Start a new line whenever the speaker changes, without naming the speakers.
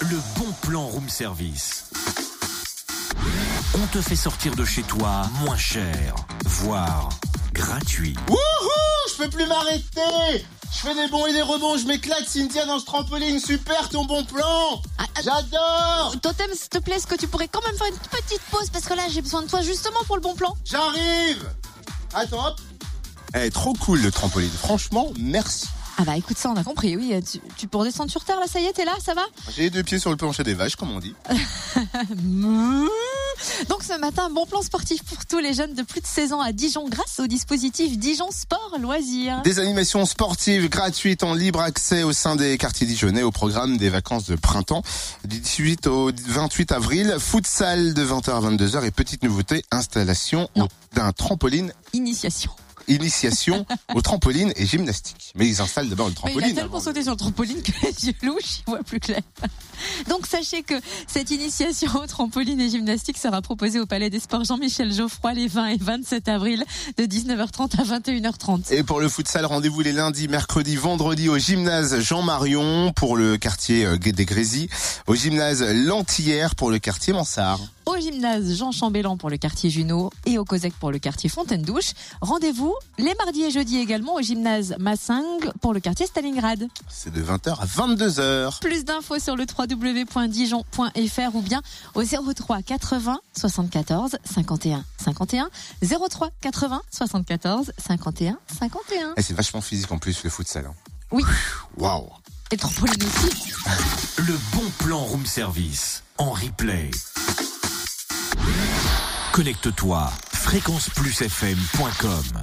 le bon plan room service. On te fait sortir de chez toi moins cher, voire gratuit.
Wouhou Je peux plus m'arrêter Je fais des bons et des rebonds, je m'éclate Cynthia dans ce trampoline, super ton bon plan
Ah, ah,
J'adore
Totem, s'il te plaît, est-ce que tu pourrais quand même faire une petite pause Parce que là, j'ai besoin de toi justement pour le bon plan.
J'arrive Attends, hop Eh, trop cool le trampoline, franchement, merci
Ah bah écoute, ça, on a compris, oui. Tu, tu peux redescendre sur terre, là, ça y est, t'es là, ça va
J'ai les deux pieds sur le plancher des vaches, comme on dit.
Donc ce matin, bon plan sportif pour tous les jeunes de plus de 16 ans à Dijon grâce au dispositif Dijon Sport Loisirs.
Des animations sportives gratuites en libre accès au sein des quartiers dijonnais au programme des vacances de printemps du 18 au 28 avril. Futsal de 20h à 22h et petite nouveauté, installation
Non.
d'un trampoline,
Initiation.
initiation au trampoline et gymnastique. Mais ils installent d'abord le
Mais il
trampoline.
a tellement
avant.
sauté sur le trampoline que les yeux louches, il voit plus clair. Donc sachez que cette initiation au trampoline et gymnastique sera proposée au Palais des Sports Jean-Michel Geoffroy les 20 et 27 avril de 19h30 à 21h30.
Et pour le futsal, rendez-vous les lundis, mercredis, vendredis au gymnase Jean-Marion pour le quartier euh, des Grésy, au gymnase Lantillère pour le quartier Mansard.
Au gymnase Jean Chambellan pour le quartier Junot et au COSEC pour le quartier Fontaine-Douche. Rendez-vous les mardis et jeudis également au gymnase Massing pour le quartier Stalingrad.
C'est de 20h à 22h.
Plus d'infos sur le www.dijon.fr ou bien au 03 80 74 51 51 03 80 74 51 51.
Et c'est vachement physique en plus le futsal. hein.
Oui,
Waouh
et Trampoline aussi.
Le bon plan room service en replay. Connecte-toi fréquenceplusfm.com